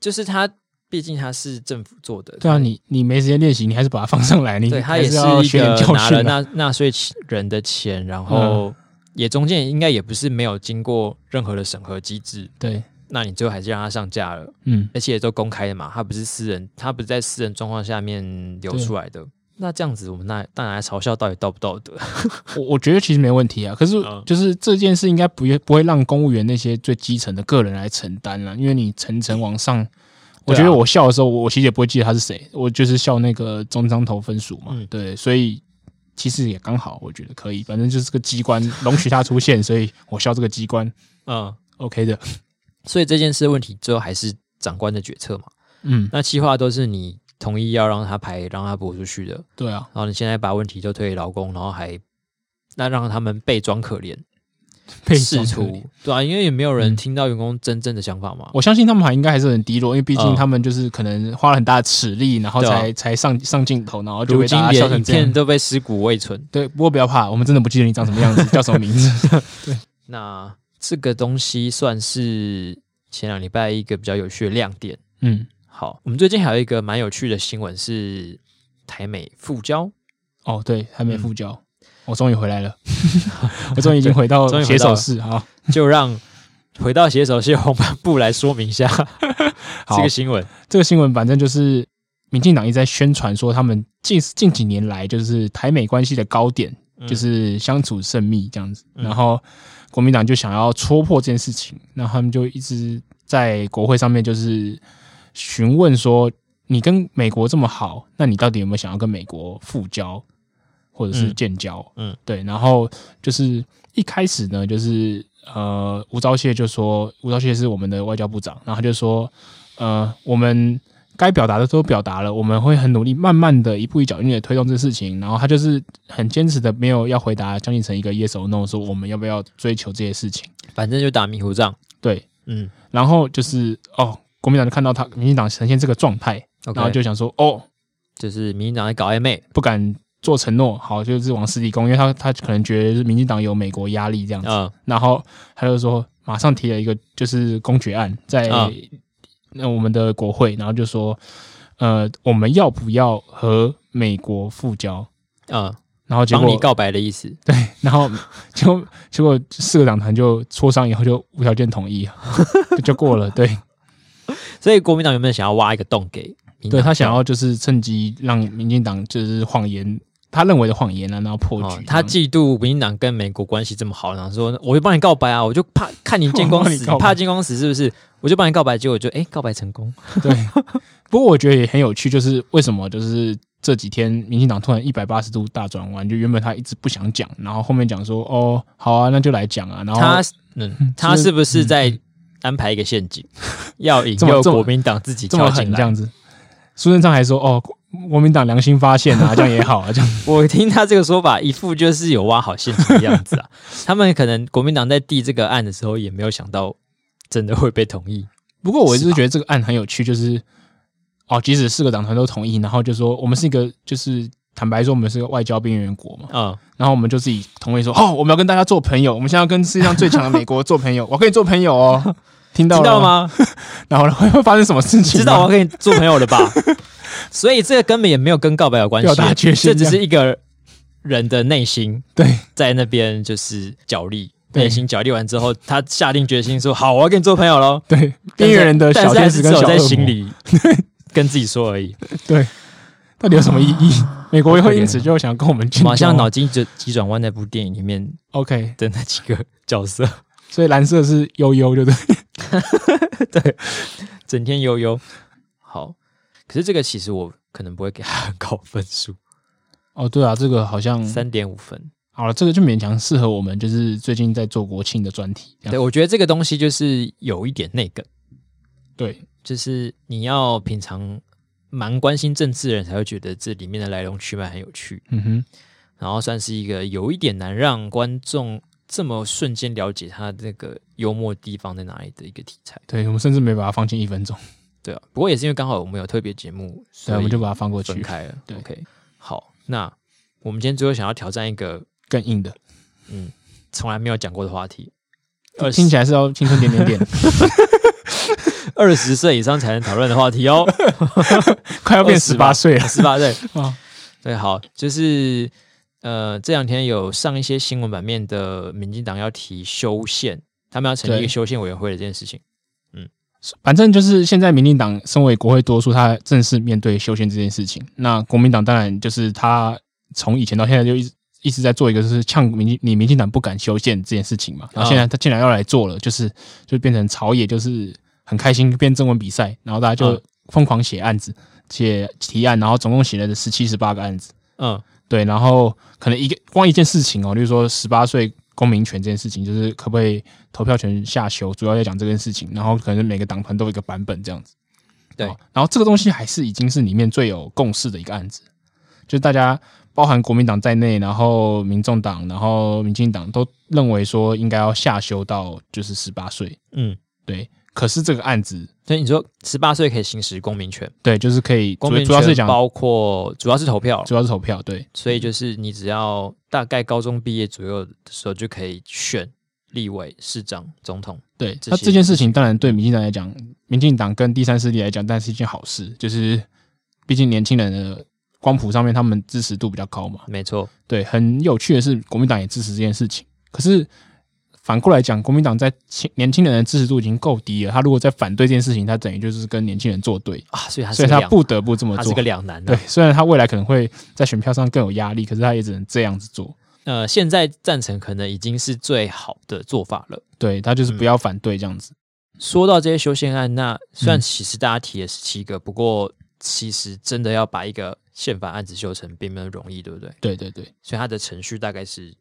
就是他毕竟他是政府做的，对啊，你你没时间练习，你还是把它放上来，你对他还也是是要一学点个教拿了训嗯啊。纳纳税人的钱，然后也中间应该也不是没有经过任何的审核机制，对，那你最后还是让他上架了， (laughs) 嗯，而且也都公开的嘛，他不是私人，他不是在私人状况下面流对出来的。那这样子，我们那当然来嘲笑到底道不道德？ (laughs) 我我觉得其实没问题啊，可是嗯就是这件事应该不会不会让公务员那些最基层的个人来承担啊了，因为你层层往上，啊我觉得我笑的时候，我我其实也不会记得他是谁，我就是笑那个中章头分署嘛，嗯对，所以其实也刚好，我觉得可以，反正就是个机关容许他出现，所以我笑这个机关嗯， OK 的，所以这件事的问题最后还是长官的决策嘛。嗯，那企划都是你同意要让他排，让他播出去的，对啊，然后你现在把问题都推给劳工，然后还那让他们被装可怜，配试装可图怜对啊，因为也没有人嗯听到员工真正的想法嘛。我相信他们还应该还是很低落，因为毕竟嗯他们就是可能花了很大的齿力，然后对啊才、才上上镜头，然后就如被今大家笑连成影这样片。都被尸骨未存，对，不过不要怕，我们真的不记得你长什么 (laughs) 样子，叫什么名字。那这个东西算是前两礼拜一个比较有趣的亮点。嗯，好，我们最近还有一个蛮有趣的新闻是台美复交，哦，对，还没嗯复交，我终于回 (laughs) 来了，我终于已经回到终于回写到手了室啊。就让回到携手系红斑部来说 (laughs) 明一下好这个新闻。这个新闻反正就是民进党一直在宣传说，他们近近几年来就是台美关系的高点，嗯就是相处甚密这样子。嗯然后国民党就想要戳破这件事情，那他们就一直在国会上面就是询问说，你跟美国这么好，那你到底有没有想要跟美国复交或者是嗯建交？嗯对。然后就是一开始呢，就是呃，吴钊燮就说，吴钊燮是我们的外交部长，然后他就说，呃，我们该表达的都表达了，我们会很努力，慢慢的一步一脚印的推动这事情。然后他就是很坚持的，没有要回答江启成一个 yes or no，说我们要不要追求这些事情。反正就打迷糊仗。对，嗯然后就是哦，国民党就看到他民进党呈现这个状态， ，OK，然后就想说，哦，就是民进党在搞暧昧不敢做承诺，好，就是往死里攻，因为他他可能觉得是民进党有美国压力这样子。啊、然后他就说，马上提了一个就是公决案在啊那我们的国会，然后就说，呃，我们要不要和美国复交？嗯，然后结帮、你果，告白的意思。然后 (laughs) 结果结果四个党团就磋商以后就无条件同意， (laughs) 就就过了。对，所以国民党原本想要挖一个洞给民进党对他想要就是趁机让民进党就是谎言，他认为的谎言啊，然后破哦局。他嫉妒民进党跟美国关系这么好，然后说我就帮你告白啊，我就怕看你见光 (laughs) 我帮死你，告白怕见光死是不是？我就帮你告白，结果就哎、告白成功，对，不过我觉得也很有趣，就是为什么就是这几天民进党突然一百八十度大转弯，就原本他一直不想讲，然后后面讲说哦好啊，那就来讲啊，然后他嗯，他是不是在安排一个陷阱， (laughs) 要引嗯这么诱这么国民党自己这么跳狠啊进这来？样子。苏贞昌还说哦，国民党良心发现啊，这样也 (laughs) 好啊，这样我听他这个说法，一副就是有挖好陷阱的样子 (laughs) 啊。他们可能国民党在递这个案的时候，也没有想到真的会被同意。不过我就是觉得这个案很有趣，就是哦，即使四个党团都同意，然后就说我们是一个就是坦白说，我们是个外交边缘国嘛，嗯，然后我们就自己同意说哦，我们要跟大家做朋友，我们现在要跟世界上最强的美国做朋友，我要跟你做朋友 (laughs) 哦，听到知了道？吗？然后呢会会发生什么事情？知道我要 (laughs) 跟你做朋友了吧？所以这个根本也没有跟告白有关系，表达决心这只是一个人的内心对在那边就是角力，对内心角力完之后，他下定决心说：“好，我要跟你做朋友喽。对，”但边是缘人的但小是天还使是跟只有小恶在魔，心里跟自己说 (laughs) 而已，对，到底有什么意 (laughs) 义？美国会因此就想跟我们建交好像脑筋急急转弯那部电影里面 OK，的那几个角色，所以蓝色是悠悠，对不对？整天悠悠。好，可是这个其实我可能不会给他很高分数，哦，对啊，这个好像三点五分。好了，这个就勉强适合我们，就是最近在做国庆的专题。这样对，我觉得这个东西就是有一点内梗。对就是你要平常蛮关心政治的人才会觉得这里面的来龙去脉很有趣，嗯哼，然后算是一个有一点难让观众这么瞬间了解他这个幽默地方在哪里的一个题材。对我们甚至没把它放进一分钟，对啊，不过也是因为刚好我们有特别节目，所对，以我们就把它放过分去，开了。对 OK，好，那我们今天最后想要挑战一个更硬的，嗯从来没有讲过的话题。二听十起来是要青春点 (laughs) 点点，二十岁以上才能讨论的话题哦，快 (laughs) 要变28十八岁了十八哦岁。啊！对，好，就是呃，这两天有上一些新闻版面的，民进党要提修宪，他们要成立一对个修宪委员会的这件事情。反正就是现在民进党身为国会多数，他正式面对修宪这件事情。那国民党当然就是他从以前到现在就一直一直在做一个就是呛民进你民进党不敢修宪这件事情嘛。然后现在他竟然要来做了，就是就变成朝野就是很开心变征文比赛，然后大家就嗯疯狂写案子、写提案，然后总共写了十七十八个案子。嗯，对，然后可能一个光一件事情哦，例如说十八岁公民权这件事情，就是可不可以投票权下修，主要要讲这件事情，然后可能每个党团都有一个版本这样子。对哦然后这个东西还是已经是里面最有共识的一个案子，就是大家包含国民党在内，然后民众党，然后民进党都认为说应该要下修到就是十八岁，嗯，对。可是这个案子，所以你说十八岁可以行使公民权，对，就是可以公主民主要是权讲包括主要是投票，主要是投票，对所以就是你只要大概高中毕业左右的时候就可以选立委、市长、总统。对。这那些这件事情当然对民进党来讲，民进党跟第三势力来讲，但是一件好事，就是毕竟年轻人的光谱上面他们支持度比较高嘛。没错，对，很有趣的是，国民党也支持这件事情。可是反过来讲，国民党在青年轻人的支持度已经够低了，他如果在反对这件事情，他等于就是跟年轻人作对，啊，所以他是所以个他两不得不这么他是做个。两难啊的、对，虽然他未来可能会在选票上更有压力，可是他也只能这样子做。呃，现在赞成可能已经是最好的做法了。对他嗯就是不要反对这样子。说到这些修宪案，那虽然嗯其实大家提了十七个，不过其实真的要把一个宪法案子修成并没有容易，对不对？对对对，所以它的程序大概是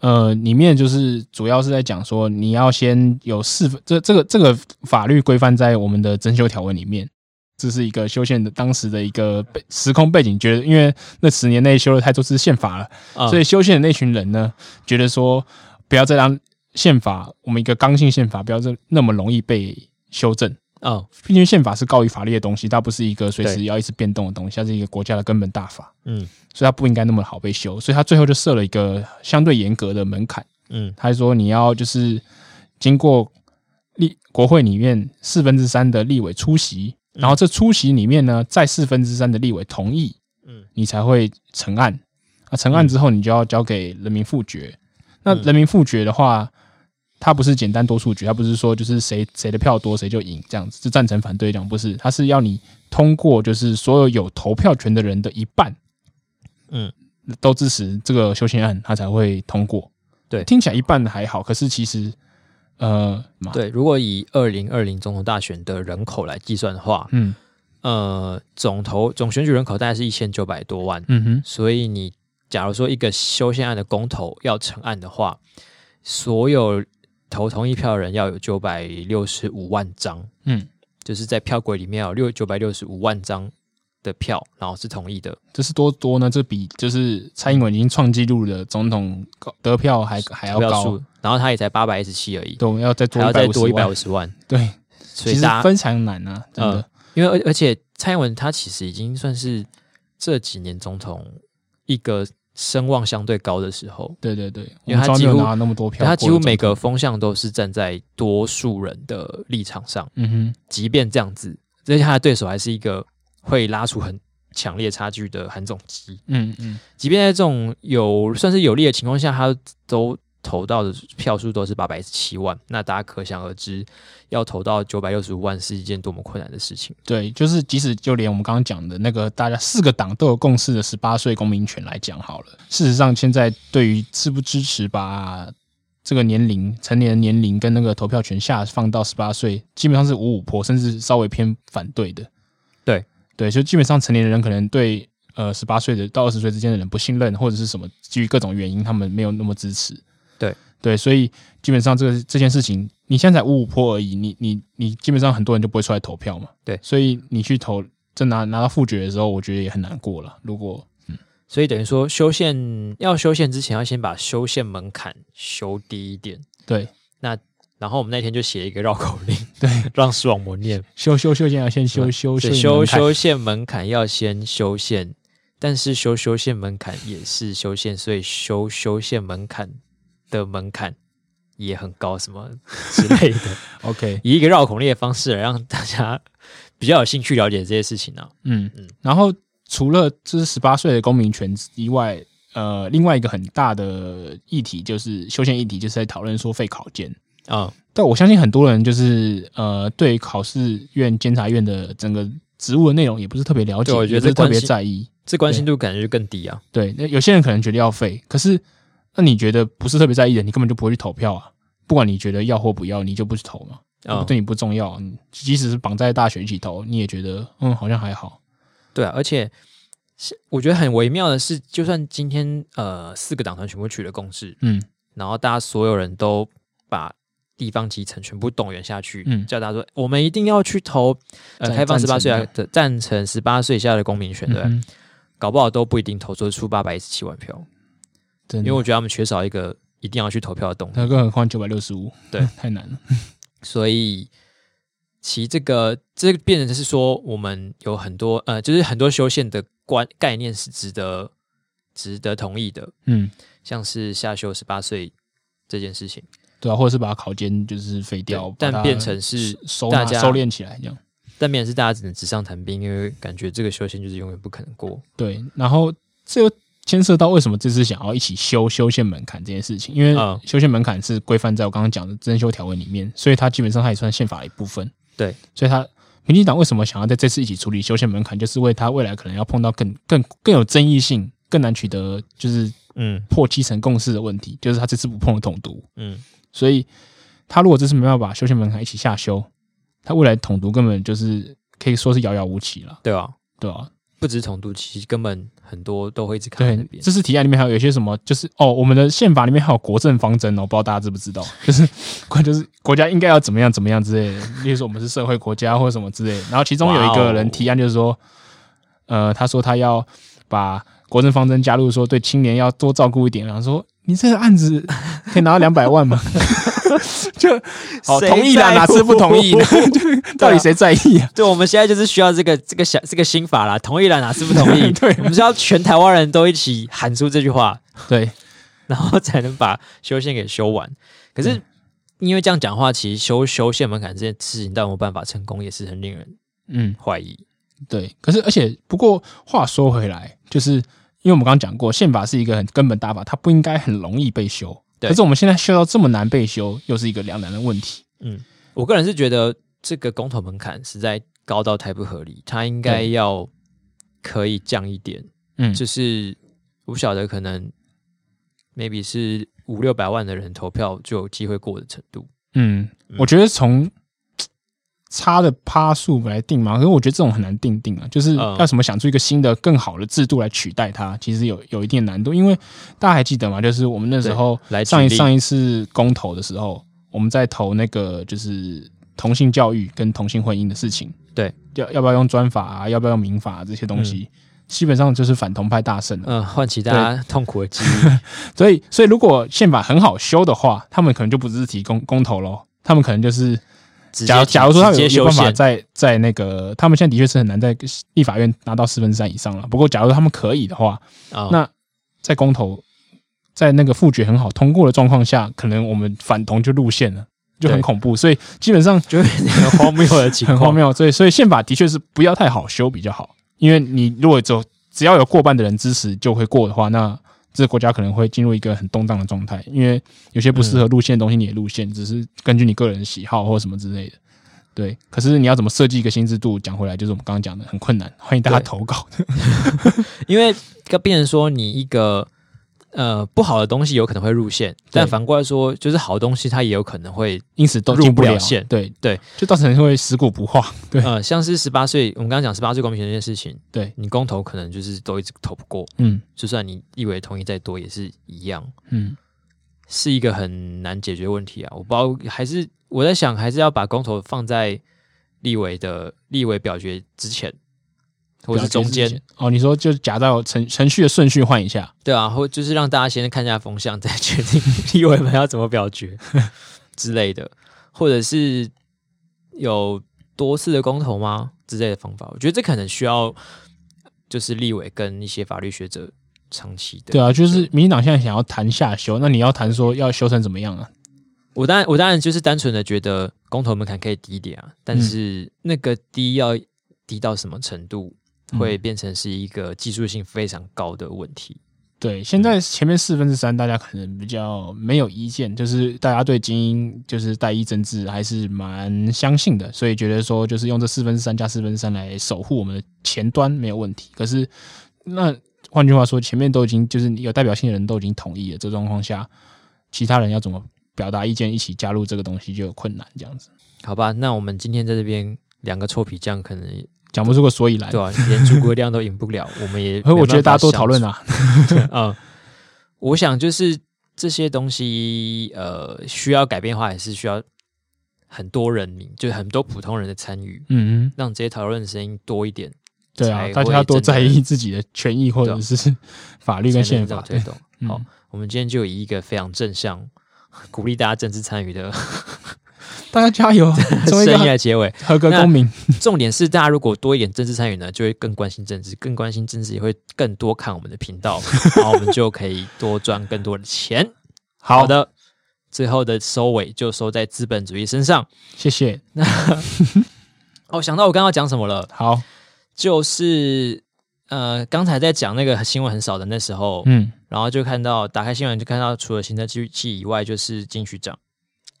呃，里面就是主要是在讲说，你要先有四分，这这个这个法律规范在我们的征修条文里面，这是一个修宪的当时的一个背时空背景，觉得因为那十年内修了太多次宪法了，啊，所以修宪的那群人呢，觉得说不要再让宪法，我们一个刚性宪法不要这那么容易被修正，哦，毕竟宪法是高于法律的东西，它不是一个随时对要一直变动的东西，它是一个国家的根本大法，嗯所以它不应该那么好被修，所以它最后就设了一个相对严格的门槛。嗯他说你要就是经过立国会里面四分之三的立委出席，然后这出席里面呢，再四分之三的立委同意，嗯，你才会成案。啊，成案之后你就要交给人民复决。那嗯人民复决的话，它不是简单多数决，它不是说就是谁谁的票多谁就赢这样子，就赞成反对这样，不是，它是要你通过就是所有有投票权的人的一半，嗯，都支持这个修宪案，它才会通过。对听起来一半还好，可是其实呃，嘛，对。如果以二零二零总统大选的人口来计算的话，嗯呃，总投总选举人口大概是一千九百多万，嗯哼，所以你假如说一个修宪案的公投要成案的话，所有投同意票的人要有九百六十五万张，嗯，就是在票轨里面有六九百六十五万张的票，然后是同意的，这是多多呢？这比就是蔡英文已经创纪录的总统高得票还还要投票高数，，然后他也才八百一十七而已，对，我们要再还多要一百再五十多一百万五，十万，对，所其以实大家非常难啊，真的嗯，因为而而且蔡英文他其实已经算是这几年总统一个声望相对高的时候，对对对，因为他我们从来几没有乎拿那么多票，他几乎每，个风向都是站在多数人的立场上，嗯哼，即便这样子，而且他的对手还是一个会拉出很强烈差距的韩总机，嗯嗯，即便在这种有算是有利的情况下，他都投到的票数都是八百一十七万，那大家可想而知，要投到九百六十五万是一件多么困难的事情。对，就是即使就连我们刚刚讲的那个大家四个党都有共识的十八岁公民权来讲好了，事实上现在对于支不支持把这个年龄成年年龄跟那个投票权下放到十八岁，基本上是五五坡，甚至稍微偏反对的。对对，就基本上成年人可能对呃十八岁的到二十岁之间的人不信任，或者是什么基于各种原因，他们没有那么支持。对对，所以基本上这个这件事情，你现在才五五坡而已，你你你基本上很多人就不会出来投票嘛。对所以你去投，真拿拿到复决的时候，我觉得也很难过了。如果所以等于说，修宪要修宪之前，要先把修宪门槛修低一点。对然后我们那天就写一个绕口令，对，让视网膜念。修修修，先要先修修对修修门槛修宪门槛要先修宪，但是修修宪门槛也是修宪，所以修修宪门槛的门槛也很高，什么之类的， (laughs) ，OK，以一个绕口令的方式来让大家比较有兴趣了解这些事情啊。嗯嗯，然后除了这是十八岁的公民权以外，呃，另外一个很大的议题就是修宪议题，就是在讨论说废考监。啊、但我相信很多人就是呃，对考试院、监察院的整个职务的内容也不是特别了解，对我觉得也不是特关别心在意。这关心度感觉就更低啊。对，那有些人可能觉得要废，可是那你觉得不是特别在意的，你根本就不会去投票啊。不管你觉得要或不要，你就不去投嘛，啊、哦对你不重要。你即使是绑在大学一起投，你也觉得嗯，好像还好。对啊，而且是我觉得很微妙的是，就算今天呃四个党团全部取得共识，嗯，然后大家所有人都把地方基层全部动员下去，嗯叫大家说我们一定要去投呃赞开放十八岁赞成啊的赞成十八岁以下的公民选，对不对，嗯哼搞不好都不一定投得出八百一十七万票，真因的，为因为我觉得他们缺少一个一定要去投票的动力。那更何况九百六十五，对，太难了。所以其这个这个变成就是说，我们有很多呃，就是很多修宪的观概念是值得值得同意的，嗯，像是下修十八岁这件事情，对啊，或者是把它考监就是废掉，但把它变成是收大纳家收敛起来这样。但免是大家只能纸上谈兵，因为感觉这个修宪就是永远不可能过。对，然后这又牵涉到为什么这次想要一起修修宪门槛这件事情，因为嗯修宪门槛是规范在我刚刚讲的增修条文里面，所以它基本上它也算宪法的一部分。对，所以它民进党为什么想要在这次一起处理修宪门槛，就是为它未来可能要碰到更更更有争议性、更难取得就是嗯破七成共识的问题，就是他这次不碰的统独，嗯，所以他如果这次没办法把修宪门槛一起下修，他未来统独根本就是可以说是遥遥无期了，对啊，对吧、不止统独，其实根本很多都会一直卡在那对，边。这次提案里面还有一些什么，就是哦，我们的宪法里面还有国政方针哦，不知道大家知不知道，就是 (laughs) 关就是国家应该要怎么样怎么样之类的，例如说我们是社会国家或者什么之类的。然后其中有一哇哦个人提案就是说，呃，他说他要把国政方针加入，说对青年要多照顾一点，然后说。你这个案子 (laughs) 可以拿到两百万吗？ (laughs) 就哦，谁同意啦，在哪次不同 (laughs) 意呢？乎就是到底谁在意啊？对，我们现在就是需要这个这个想这个新法啦，同意啦，哪是不同意？ (laughs) 对啊我们是要全台湾人都一起喊出这句话，对，然后才能把修宪给修完。可是因为这样讲话，其实修修宪门槛这件事情到底有没有办法成功，也是很令人嗯，怀疑。对，可是而且不过话说回来，就是因为我们刚刚讲过，宪法是一个很根本大法，它不应该很容易被修。对可是我们现在修到这么难被修，又是一个两难的问题。我个人是觉得这个公投门槛实在高到太不合理，它应该对要可以降一点，嗯，就是我不晓得可能 maybe 是五六百万的人投票就有机会过的程度。嗯，我觉得从嘖差的趴数来定嘛，可是我觉得这种很难定定啊，就是嗯要什么想出一个新的更好的制度来取代它，其实有有一定的难度，因为大家还记得嘛，就是我们那时候对来举上一例上一次公投的时候，我们在投那个就是同性教育跟同性婚姻的事情，对，要要不要用专法啊，要不要用民法、啊、这些东西，基本上就是反同派大胜了。嗯，唤起大家痛苦的记忆。所以，所以如果宪法很好修的话，他们可能就不是提公公投喽，他们可能就是。直接假如提假如说他直有接修有办法宪，在在那个，他们现在的确是很难在立法院拿到四分之三以上了。不过，假如他们可以的话，啊那在公投在那个复决很好通过的状况下，可能我们反同就路线了，就很对恐怖。所以基本上就会变成很荒谬的情很荒况。谬。所以所以宪法的确是不要太好修比较好，因为你如果只有只要有过半的人支持就会过的话，那这个国家可能会进入一个很动荡的状态，因为有些不嗯适合路线的东西你也路线，只是根据你个人的喜好或什么之类的。对，可是你要怎么设计一个新制度？讲回来，就是我们刚刚讲的很困难，欢迎大家对投稿。 (laughs) (laughs) 因为变成说你一个呃不好的东西有可能会入线，但反过来说，就是好东西它也有可能会因此都入进不了了线对对，就造成会死骨不化。对，呃，像是十八岁，我们刚刚讲十八岁公民权这件事情，对你公投可能就是都一直投不过，嗯就算你立委同意再多也是一样，嗯，是一个很难解决问题啊。我不知道，还是我在想，还是要把公投放在立委的立委表决之前，或者是中间，哦，你说就夹到程程序的顺序换一下，对啊，或就是让大家先看一下风向，再决定 (laughs) 立委们要怎么表 (laughs) 决之类的，或者是有多次的公投吗之类的方法？我觉得这可能需要就是立委跟一些法律学者长期的。对啊，就是民进党现在想要谈下修，那你要谈说要修成怎么样啊？我当然我当然就是单纯的觉得公投门槛可以低一点啊，嗯但是那个低要低到什么程度，嗯会变成是一个技术性非常高的问题。对，现在前面四分之三大家可能比较没有意见，就是大家对精英就是代议政治还是蛮相信的，所以觉得说就是用这四分之三加四分之三来守护我们的前端没有问题。可是那换句话说，前面都已经就是你有代表性的人都已经同意了，这状况下，其他人要怎么表达意见一起加入这个东西就有困难，这样子好吧，那我们今天在这边两个臭皮匠可能讲不出个所以来。对啊，连诸葛亮都赢不了，我们 (laughs) 也没办法所想。哎以我觉得大家多讨论啊。啊，嗯，我想就是这些东西，呃，需要改变的话，也是需要很多人民，就是很多普通人的参与，嗯嗯，让这些讨论的声音多一点，对啊才，大会家多真的啊在意自己的权益或者是法律跟才能宪这样法。推动。嗯好，我们今天就以一个非常正向、鼓励大家政治参与 (laughs) 的大家加油，成为声一音个来结尾。合格那公民。重点是，大家如果多一点政治参与呢，就会更关心政治，更关心政治也会更多看我们的频道， (laughs) 然后我们就可以多赚更多的钱。好好，的，最后的收尾就收在资本主义身上。谢谢。哦，想到我刚刚讲什么了，好，就是呃，刚才在讲那个新闻很少的那时候，嗯，然后就看到打开新闻就看到，除了行政机器以外，就是金曲奖。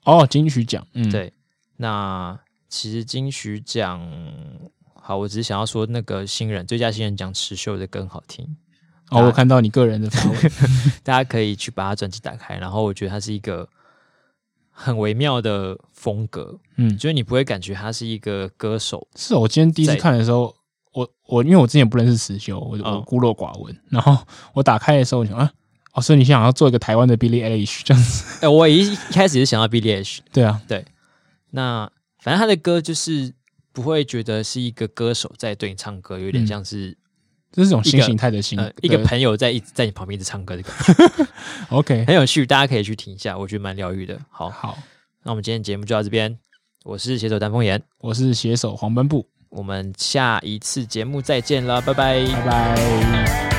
哦，金曲奖，嗯，对那其实金曲奖，好，我只是想要说那个新人最佳新人奖池秀的更好听，哦，我看到你个人的发 (laughs) 文，大家可以去把他专辑打开，然后我觉得它是一个很微妙的风格，嗯，就是你不会感觉他是一个歌手，是哦我今天第一次在看的时候，我我因为我之前不认识石修，我我嗯孤陋寡闻，然后我打开的时候我想啊，哦，所以你想要做一个台湾的 Billie Eilish 这样子？ (laughs) 哎、我一一开始是想到 B D H，对啊，那反正他的歌就是不会觉得是一个歌手在对你唱歌，有点嗯像是、这是一种一新个形态的新呃一个对朋友在一直在你旁边一直唱歌的感觉， (laughs) OK，很有趣，大家可以去听一下，我觉得蛮疗愈的。好，好，那我们今天节目就到这边，我是携手丹凤眼，我是写手黄斑布，我们下一次节目再见了，拜拜拜拜。